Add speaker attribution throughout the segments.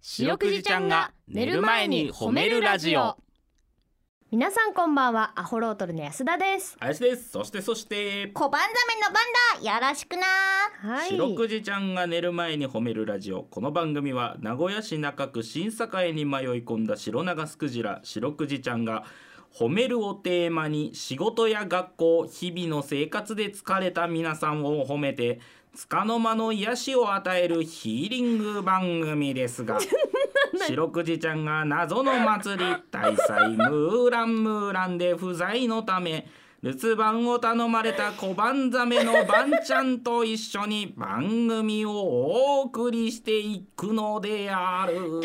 Speaker 1: 白くじちゃんが寝る前に褒めるラジオ
Speaker 2: 皆さんこんばんはアホロートルの安田です
Speaker 1: 林ですそしてそして
Speaker 3: 小判ザメの番だよろしくな
Speaker 2: はい
Speaker 1: 白くじちゃんが寝る前に褒めるラジオこの番組は名古屋市中区新栄に迷い込んだ白長スクジラ白くじちゃんが褒めるをテーマに仕事や学校日々の生活で疲れた皆さんを褒めて束の間の癒しを与えるヒーリング番組です が白くじちゃんが謎の祭り大祭ムーランムーランで不在のため留守番を頼まれた小判ザメの番ちゃんと一緒に番組をお送りしていくのである。
Speaker 3: でどう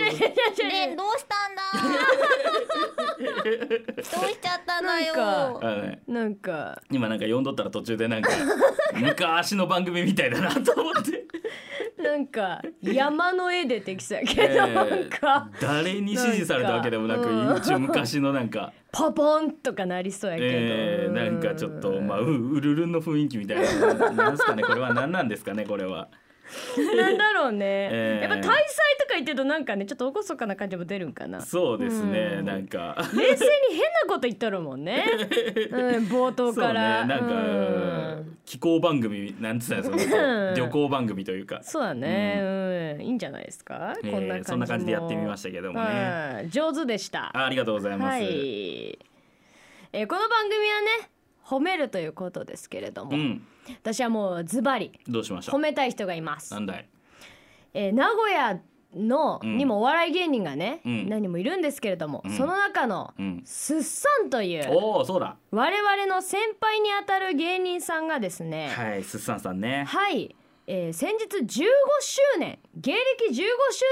Speaker 3: したん だどうしちゃったんだ
Speaker 2: なん
Speaker 3: よ
Speaker 1: あのね
Speaker 2: なんか
Speaker 1: 今なんか読んどったら途中で なんか昔の番組みたいだなと思って、
Speaker 2: な んか山の絵出てきたけ
Speaker 1: え
Speaker 2: ど、なんか
Speaker 1: ー誰に指示されたわけでもなく
Speaker 2: なんか
Speaker 1: 一応昔のなんか、
Speaker 2: パポンとかなりそうやけど、
Speaker 1: えーなんかちょっとまあううるるんの雰囲気みたいななんすかねこれは何なんですかねこれは。
Speaker 2: なんだろうね、
Speaker 1: えー
Speaker 2: やっぱ大祭とか言ってるとなんかねちょっとおこそかな感じも出るんかな
Speaker 1: そうですね、
Speaker 2: うん
Speaker 1: なんか
Speaker 2: 冷静に変なこと言っとるも んね、うん、冒頭から
Speaker 1: そうねなんか、
Speaker 2: うん
Speaker 1: 気候番組なんつったんです
Speaker 2: う
Speaker 1: か
Speaker 2: ん
Speaker 1: 旅行番組というか、
Speaker 2: そうだね、うんいいんじゃないですか、
Speaker 1: えー
Speaker 2: こんな感じも
Speaker 1: そんな感じでやってみましたけどもね、
Speaker 2: はい上手でした
Speaker 1: あありがとうございます、
Speaker 2: はい、えーこの番組はね褒めるということですけれども、
Speaker 1: うん
Speaker 2: 私はもうズバリ
Speaker 1: どうしまし
Speaker 2: 褒
Speaker 1: た
Speaker 2: めたい人がいます
Speaker 1: な、んだい
Speaker 2: えー名古屋の、
Speaker 1: うん
Speaker 2: にもお笑い芸人がね、
Speaker 1: うん
Speaker 2: 何人もいるんですけれども、
Speaker 1: うん
Speaker 2: その中の
Speaker 1: うん
Speaker 2: すっさんという
Speaker 1: おおそうだ
Speaker 2: 我々の先輩にあたる芸人さんがですねはい、
Speaker 1: はいすっさんさんね
Speaker 2: えー先日15周年芸歴15周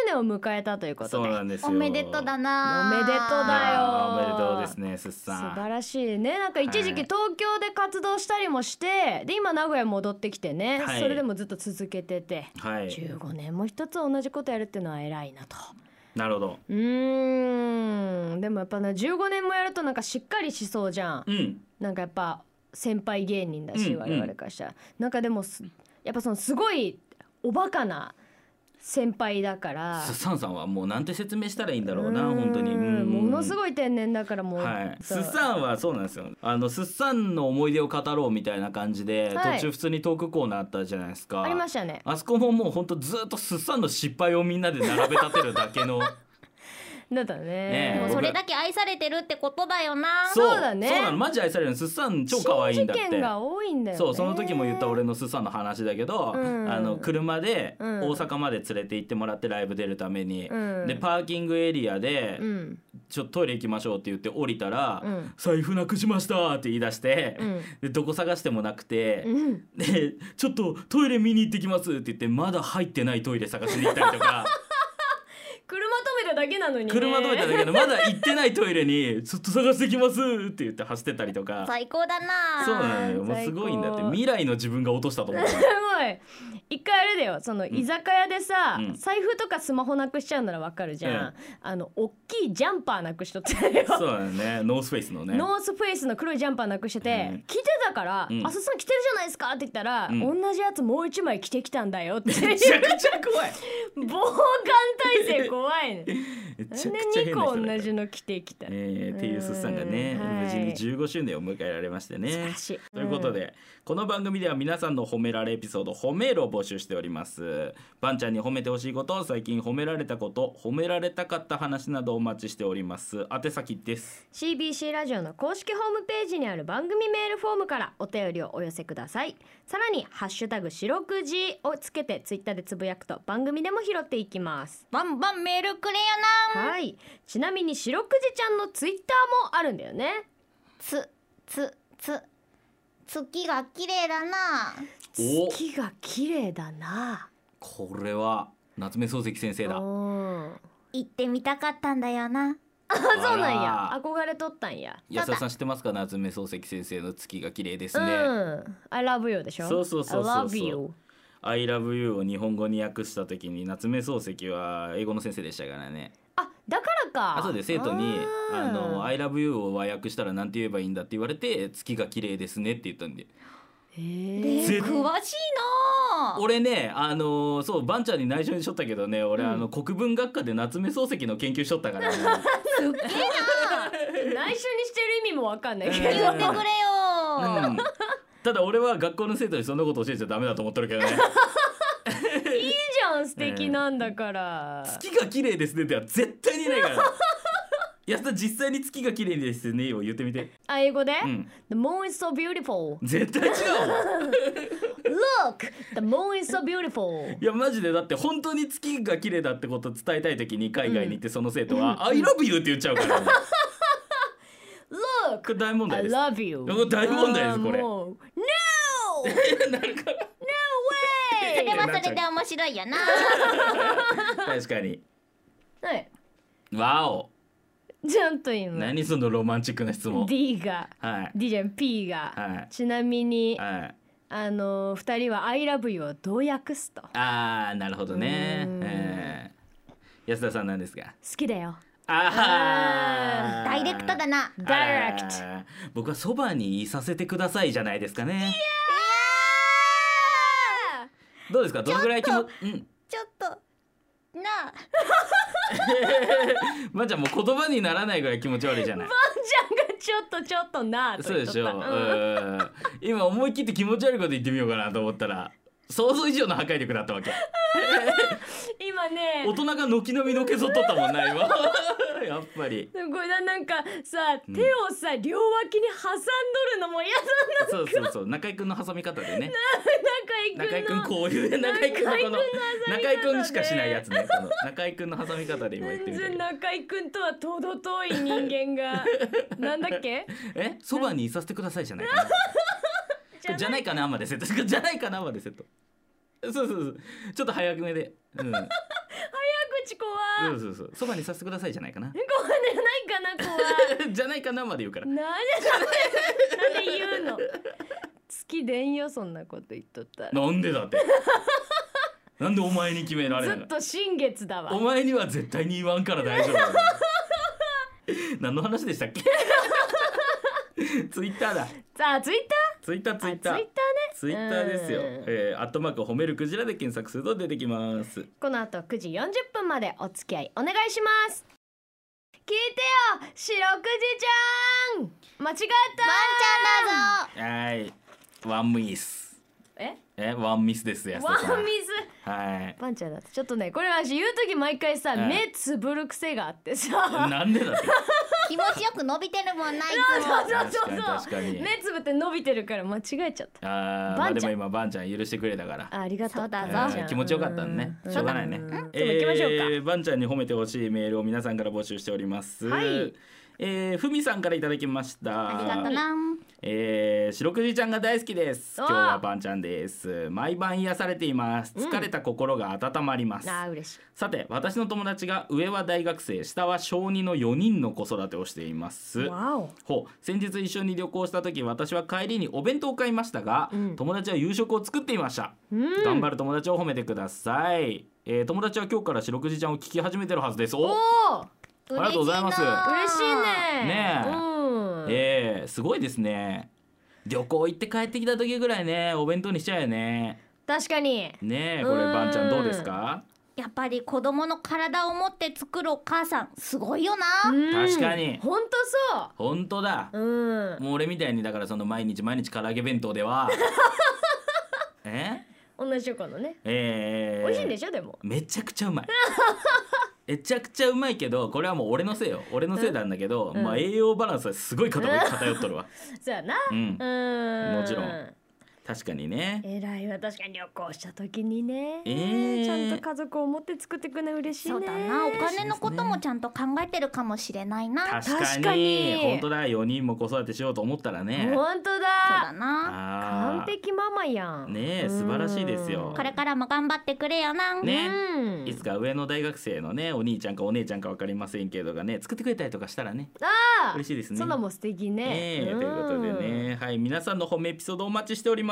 Speaker 2: 年を迎えたということ
Speaker 1: そう
Speaker 2: で
Speaker 1: なんですよ
Speaker 3: おめでとうだな
Speaker 2: おめでとうだよ
Speaker 1: あーおめでとうですねすっ
Speaker 2: 素
Speaker 1: さん
Speaker 2: 晴らしいねなんか一時
Speaker 1: は
Speaker 2: 期
Speaker 1: い
Speaker 2: 東京で活動したりもして、で今名古屋戻ってきてね、
Speaker 1: はい
Speaker 2: それでもずっと続けてて、
Speaker 1: はい
Speaker 2: 15年も一つ同じことやるっていうのは偉いなと
Speaker 1: なるほど
Speaker 2: うーんでもやっぱな15年もやるとなんかしっかりしそうじゃん
Speaker 1: うん
Speaker 2: なんかやっぱ先輩芸人だし、
Speaker 1: うん
Speaker 2: 我々からしたらなんかでもすやっぱそのすごいおバカな先輩だから
Speaker 1: すっさんさんはもうなんて説明したらいいんだろうな
Speaker 2: ーん
Speaker 1: 本当にうん
Speaker 2: ものすごい天然だからもう、
Speaker 1: はい、すっさんはそうなんですよあのすっさんの思い出を語ろうみたいな感じで、
Speaker 2: はい
Speaker 1: 途中普通にトークコーナーあったじゃないですか
Speaker 2: ありましたね
Speaker 1: あそこももうほんとずっとすっさんの失敗をみんなで並べ立てるだけ の
Speaker 2: だったね
Speaker 1: ね
Speaker 3: もうそれだけ愛されてるってことだよな
Speaker 2: そうだね
Speaker 1: そうなのマジ愛されるのすっさん超可愛いんだっ
Speaker 2: 新事件
Speaker 1: て
Speaker 2: が多いんだよね
Speaker 1: そうその時も言った俺のすっさんの話だけど、
Speaker 2: うん
Speaker 1: あの車で
Speaker 2: うん
Speaker 1: 大阪まで連れて行ってもらってライブ出るために、
Speaker 2: うん
Speaker 1: でパーキングエリアで、
Speaker 2: うん
Speaker 1: ちょっとトイレ行きましょうって言って降りたら、
Speaker 2: うん
Speaker 1: 財布なくしましたって言い出して、
Speaker 2: うん
Speaker 1: でどこ探してもなくて、
Speaker 2: うん
Speaker 1: でちょっとトイレ見に行ってきますって言ってまだ入ってないトイレ探しに行ったりと か
Speaker 2: 車止めただけなのにね
Speaker 1: 車止めただけどまだ行ってないトイレにちょっと探してきますって言って走ってたりとか
Speaker 3: 最高だな
Speaker 1: そうなのよもうすごいんだって
Speaker 2: 最高
Speaker 1: 未来の自分が落としたと思う
Speaker 2: すごい一回あれだよその居酒屋でさ、
Speaker 1: うん
Speaker 2: 財布とかスマホなくしちゃうならわかるじゃん、
Speaker 1: うん
Speaker 2: あの大きいジャンパーなくしとったよ
Speaker 1: そうだよねノースフェイスのね
Speaker 2: ノースフェイスの黒いジャンパーなくしてて、
Speaker 1: うん
Speaker 2: 着てたから
Speaker 1: う
Speaker 2: 「
Speaker 1: ん
Speaker 2: あすさん着てるじゃないですか」って言ったら、
Speaker 1: うん
Speaker 2: 同じやつもう一枚着てきたんだよ」っていう
Speaker 1: めちゃくちゃ怖い
Speaker 2: 防寒体制怖いね
Speaker 1: めち
Speaker 2: な
Speaker 1: ゃ
Speaker 2: ん
Speaker 1: く
Speaker 2: で
Speaker 1: ちゃ
Speaker 2: 2
Speaker 1: 変な
Speaker 2: 個
Speaker 1: 人だ
Speaker 2: 同
Speaker 1: よ
Speaker 2: じの着てきた
Speaker 1: えー、っていうすっさんがね、
Speaker 2: うんはい
Speaker 1: 無事に15周年を迎えられまして
Speaker 2: 素晴
Speaker 1: ね
Speaker 2: ら。しい
Speaker 1: ということで、この番組では皆さんの褒められエピソード「褒める」を募集しております。ばんちゃんに褒めてほしいこと最近褒められたこと褒められたかった話などお待ちしております。宛先です。
Speaker 2: CBC ラジオの公式ホームページにある番組メールフォームからお便りをお寄せくださいさらに「ハッシュタグ白くじ」をつけてツイッターでつぶやくと番組でも拾っていきます
Speaker 3: バンバンメールくれよな
Speaker 2: はいちなみに白くじちゃんのツイッターもあるんだよね
Speaker 3: つつつ月が綺麗だな
Speaker 1: お
Speaker 2: 月が綺麗だな
Speaker 1: これは夏目漱石先生だ。
Speaker 2: うん
Speaker 3: 行ってみたかったんだよな
Speaker 2: あそうなんや
Speaker 1: あら
Speaker 2: 憧れとったんや
Speaker 1: 安田さん知ってますか夏目漱石先生の月が綺麗です
Speaker 2: う
Speaker 1: ね。
Speaker 2: ん「I love you」でしょ
Speaker 1: そうそうそうそうそう
Speaker 2: I love you
Speaker 1: I love you を日本語に訳した時に夏目漱石は英語の先生でしたからね。
Speaker 2: あだからか
Speaker 1: あそうで生徒に「
Speaker 2: あ
Speaker 1: あ
Speaker 2: ー
Speaker 1: の I love you」を和訳したらなんて言えばいいんだって言われて「月が綺麗ですね」って言ったんで
Speaker 2: へー
Speaker 3: で
Speaker 1: 絶
Speaker 3: 詳しいなの
Speaker 1: 俺ねあのーそうバンちゃんに内緒にしとったけどね俺、
Speaker 2: うん
Speaker 1: あの国文学科で夏目漱石の研究しとった から、ね、
Speaker 2: 内緒にしてる意味もわかんないけど
Speaker 1: えー
Speaker 3: 言ってくれよ
Speaker 1: うんただ俺は学校の生徒にそんなこと教えちゃダメだと思ってるけ どね
Speaker 2: いいじゃん素敵なんだから、
Speaker 1: 月が綺麗ですねっては絶対に言えない からやった実際に月が綺麗ですねを言ってみて
Speaker 2: あ英語で、
Speaker 1: うん
Speaker 2: The moon is so beautiful
Speaker 1: 絶対違うわ
Speaker 2: Look the moon is so beautiful
Speaker 1: いやマジでだって本当に月が綺麗だってことを伝えたい時に海外に行ってその生徒は「I love you」って言っちゃうから、 こ
Speaker 2: Look
Speaker 1: れ 大問題
Speaker 2: I
Speaker 1: です
Speaker 2: love you
Speaker 1: これ大問題です
Speaker 2: あー
Speaker 1: これ
Speaker 2: もう No
Speaker 3: それはそれ
Speaker 1: なっち
Speaker 3: で
Speaker 1: ゃ
Speaker 3: 面白いよな
Speaker 1: 確かに
Speaker 2: はい
Speaker 1: わお
Speaker 2: ちゃんと今
Speaker 1: 何そのロマンチックな質問
Speaker 2: D が
Speaker 1: はい
Speaker 2: D じゃん P が、
Speaker 1: はい
Speaker 2: ちなみに、
Speaker 1: はい
Speaker 2: あの二人は I love you をどう訳すと好
Speaker 1: あーなるほどね
Speaker 2: うーん
Speaker 1: えー安田さんなんですが
Speaker 2: きだよ
Speaker 1: あー
Speaker 3: ダイレクトだな
Speaker 1: あら
Speaker 2: Direct
Speaker 1: 僕はそばにいさせてくださいじゃないですかねどうですかどのぐらい気もうん
Speaker 3: ちょっとなあ
Speaker 1: まあじゃあもう言葉にならないぐらい気持ち悪いじゃない
Speaker 2: あんちゃんがちょっとちょっとなぁと
Speaker 1: そう
Speaker 2: 言っ
Speaker 1: で
Speaker 2: とっ
Speaker 1: しょう、
Speaker 2: た
Speaker 1: うん今思い切って気持ち悪いこと言ってみようかなと思ったら想像以上の破壊力だったわけ
Speaker 2: うん今ね
Speaker 1: 大人が軒並みのけぞっとったもんな今やっぱり
Speaker 2: でもこれななんかさ手をさ、両脇に挟んどるのも嫌だ
Speaker 1: そうそうそう中居君の挟み方でね中
Speaker 2: な
Speaker 1: 居
Speaker 2: 中居
Speaker 1: 君
Speaker 2: 君の
Speaker 1: こういう中居君のこの中
Speaker 2: 中
Speaker 1: 居
Speaker 2: 居君の挟み方で
Speaker 1: 君しかしないやつねこの中居君の挟み方で今言って
Speaker 2: 全
Speaker 1: みたけ
Speaker 2: 然
Speaker 1: ど
Speaker 2: 中居君とは程遠い 人間がなんだっけ
Speaker 1: えそばにいさせてくださいじゃないかなこれじゃないかなまでセットこれじゃないかなまでセットそうそうそうちょっと早めでうん
Speaker 2: 口怖
Speaker 1: そ
Speaker 2: い、
Speaker 1: うそうそうそばにいさせてくださいじゃないかな
Speaker 2: 怖いじゃないかな怖 い
Speaker 1: じゃないかなまで言うから
Speaker 2: なんでなんで言うの好きでんよそんなこと言っとったら
Speaker 1: なんでだってなんでお前に決められ
Speaker 2: ず
Speaker 1: ない
Speaker 2: っと新月だわ
Speaker 1: お前には絶対に言わんから大丈夫 何の話でしたっけ ツイッターだ
Speaker 2: さあツイッ
Speaker 1: ツイッターツ
Speaker 2: タ
Speaker 1: イ
Speaker 2: ーあツイ
Speaker 1: ッ
Speaker 2: ッタ
Speaker 1: タ
Speaker 2: ーね
Speaker 1: ーツイッターですよ
Speaker 2: うん。
Speaker 1: えー、アットマーク褒めるクジラで検索すると出てきます。
Speaker 2: この後9時40分までお付き合いお願いします聞いてよ白くじちゃん間違えた
Speaker 3: ワンちゃんだぞ
Speaker 1: はい。ワンミス。
Speaker 2: え
Speaker 1: え、ワンミスです安
Speaker 2: ワ
Speaker 1: 田さん。
Speaker 2: ンミス
Speaker 1: はい。
Speaker 2: パンちゃんだってちょっとねこれ私言う時毎回さ
Speaker 1: うん
Speaker 2: 目つぶる癖があってさ
Speaker 1: なんでだって。
Speaker 3: 気持ちよく伸びてるもんないつ
Speaker 2: そう
Speaker 3: も
Speaker 2: そう
Speaker 1: 確
Speaker 2: そう
Speaker 1: かに確
Speaker 2: そ
Speaker 1: か
Speaker 2: う
Speaker 1: に
Speaker 2: 目つぶって伸びてるから間違えちゃった
Speaker 1: ああ、ま
Speaker 2: バ
Speaker 1: あ
Speaker 2: ン
Speaker 1: で
Speaker 2: ちゃん
Speaker 1: も今バンちゃん許してくれたから。
Speaker 2: あありがとう
Speaker 3: そうだぞ
Speaker 2: バンち
Speaker 1: う
Speaker 2: ゃ
Speaker 1: ん
Speaker 2: ん
Speaker 1: 気持ちよかったんね。
Speaker 2: うん
Speaker 1: しょうがないね
Speaker 2: ん。
Speaker 1: え
Speaker 2: ちょっと行きましょうか
Speaker 1: ーバンちゃんに褒めてほしいメールを皆さんから募集しております。
Speaker 2: はい。
Speaker 1: えー、ふみさんからいただきました。
Speaker 3: ありがとな
Speaker 1: えー、白くじちゃんが大好きです
Speaker 2: おー
Speaker 1: 今日はばんちゃんです毎晩癒されています疲れた心が温まります、
Speaker 2: あー嬉しい
Speaker 1: さて私の友達が上は大学生下は小二の4人の子育てをしています
Speaker 2: わお
Speaker 1: ほう先日一緒に旅行した時私は帰りにお弁当を買いましたが、
Speaker 2: うん
Speaker 1: 友達は夕食を作っていました、
Speaker 2: うん
Speaker 1: 頑張る友達を褒めてください、えー友達は今日から白くじちゃんを聞き始めてるはずですお
Speaker 2: おー
Speaker 1: りがとうございます
Speaker 2: 嬉しいね
Speaker 1: ねえ
Speaker 2: うん
Speaker 1: えー、すごいですね旅行行って帰ってきた時ぐらいねお弁当にしちゃうよね
Speaker 2: 確かに
Speaker 1: ねえこれ
Speaker 2: うん
Speaker 1: ばんちゃんどうですか
Speaker 3: やっぱり子供の体を持って作るお母さんすごいよな
Speaker 2: うん
Speaker 1: 確かに
Speaker 2: ほんとそ
Speaker 1: 本当だ
Speaker 2: ううん
Speaker 1: もう俺みたいにだからその毎日毎日唐揚げ弁当で はえ
Speaker 2: 同じチョコのね
Speaker 1: えー、
Speaker 2: 美味しいんでしょでも
Speaker 1: めちゃくちゃうまいめちゃくちゃうまいけどこれはもう俺のせいよ俺のせいなんだけど、
Speaker 2: うん
Speaker 1: まあ栄養バランスはすごい偏偏っとるわ
Speaker 2: そうやな
Speaker 1: うん
Speaker 2: うん
Speaker 1: もちろん確かにね
Speaker 2: 偉いわ確かに旅行した時にね、
Speaker 1: えー
Speaker 2: ちゃんと家族を持って作ってくの嬉しいね
Speaker 3: そうだなお金のこと
Speaker 1: 嬉しいで
Speaker 3: も
Speaker 1: すね
Speaker 3: ちゃんと考えてるかもしれないなそ
Speaker 1: 確
Speaker 3: う
Speaker 1: かに
Speaker 2: 確かに
Speaker 1: 本当だ4人も子育てしようと思ったらね
Speaker 2: 本当
Speaker 3: だ
Speaker 2: だ
Speaker 3: な
Speaker 1: あー
Speaker 2: 完璧ママやん
Speaker 1: ねえ素晴らしいですよ
Speaker 2: うん
Speaker 3: これからも頑張ってくれよな
Speaker 1: ね
Speaker 2: うん
Speaker 1: いつか上の大学生のねお兄ちゃんかお姉ちゃんかわかりませんけどがね作ってくれたりとかしたらね
Speaker 2: あ
Speaker 1: 嬉しいですね。
Speaker 2: そんなもん素敵ね
Speaker 1: ええということで
Speaker 2: うん
Speaker 1: ねはい皆さんの褒めエピソードお待ちしております。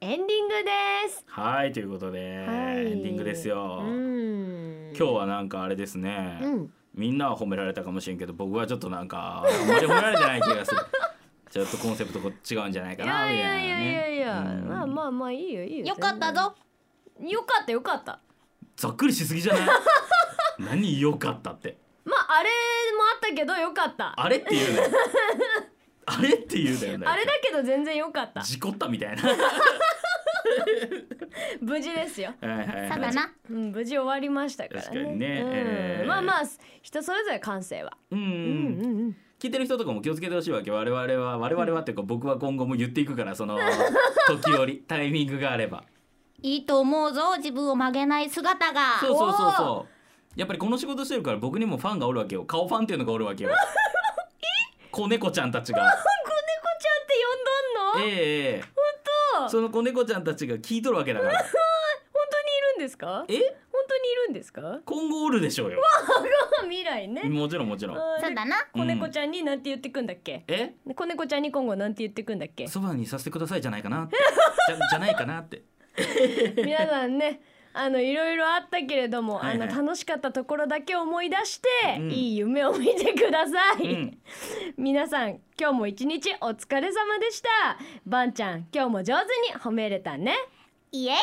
Speaker 2: エンディングです
Speaker 1: はいということで、
Speaker 2: はい
Speaker 1: エンディングですよ。
Speaker 2: うん
Speaker 1: 今日はなんかあれですね、
Speaker 2: うん
Speaker 1: みんなは褒められたかもしれんけど僕はちょっとなんかあんまり褒められてない気がする。ちょっとコンセプトこ違うんじゃないか
Speaker 2: い
Speaker 1: な
Speaker 2: や
Speaker 1: み
Speaker 2: い
Speaker 1: た
Speaker 2: やい
Speaker 1: いな
Speaker 2: やいや
Speaker 1: ね
Speaker 2: いや、
Speaker 1: うん
Speaker 2: まあまあまあいいよいいよ
Speaker 3: よかったぞ
Speaker 2: 全然よかったよかった
Speaker 1: ざっくりしすぎじゃない何よかったって
Speaker 2: まああれもあったけどよかった
Speaker 1: あれって言うねあれって言うだよね
Speaker 2: あれだけど全然よかった
Speaker 1: 事故ったみたいな
Speaker 2: 無事ですよ
Speaker 1: はいはいはい
Speaker 3: さだな
Speaker 2: うん、無事終わりましたからね。
Speaker 1: 確かにね
Speaker 2: うん
Speaker 1: えー
Speaker 2: まあまあ人それぞれ感性は。
Speaker 1: うん
Speaker 2: うんうんうん。
Speaker 1: 聞いてる人とかも気をつけてほしいわけ我々は我々はっていうか僕は今後も言っていくからその時折タイミングがあれば
Speaker 3: いいと思うぞ自分を曲げない姿が
Speaker 1: そうそうそうそうやっぱりこの仕事してるから僕にもファンがおるわけよ顔ファンっていうのがおるわけよ子猫ちゃんたちが
Speaker 2: 子猫ちゃんって呼んどんの？
Speaker 1: ええええ
Speaker 2: 本当
Speaker 1: その子猫ちゃんたちが聞いとるわけだから
Speaker 2: 本当にいるんですか？
Speaker 1: え
Speaker 2: 本当にいるんですか？
Speaker 1: 今後おるでしょうよ
Speaker 2: 未来ね。
Speaker 1: もちろんもちろん
Speaker 2: あー
Speaker 3: そうだな
Speaker 2: 子猫ちゃんになんて言ってくんだっけ？
Speaker 1: え
Speaker 2: 子猫ちゃんに今後なんて言ってくんだっけ？
Speaker 1: そばにいさせてくださいじゃないかなってじゃじゃないかなって
Speaker 2: 皆さんね。あのいろいろあったけれども、
Speaker 1: はいはい
Speaker 2: あの楽しかったところだけ思い出して、
Speaker 1: うん
Speaker 2: いい夢を見てください、
Speaker 1: うん
Speaker 2: 皆さん今日も一日お疲れ様でしたばんちゃん今日も上手に褒めれたね
Speaker 3: イエイ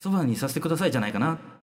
Speaker 1: そばにいさせてくださいじゃないかな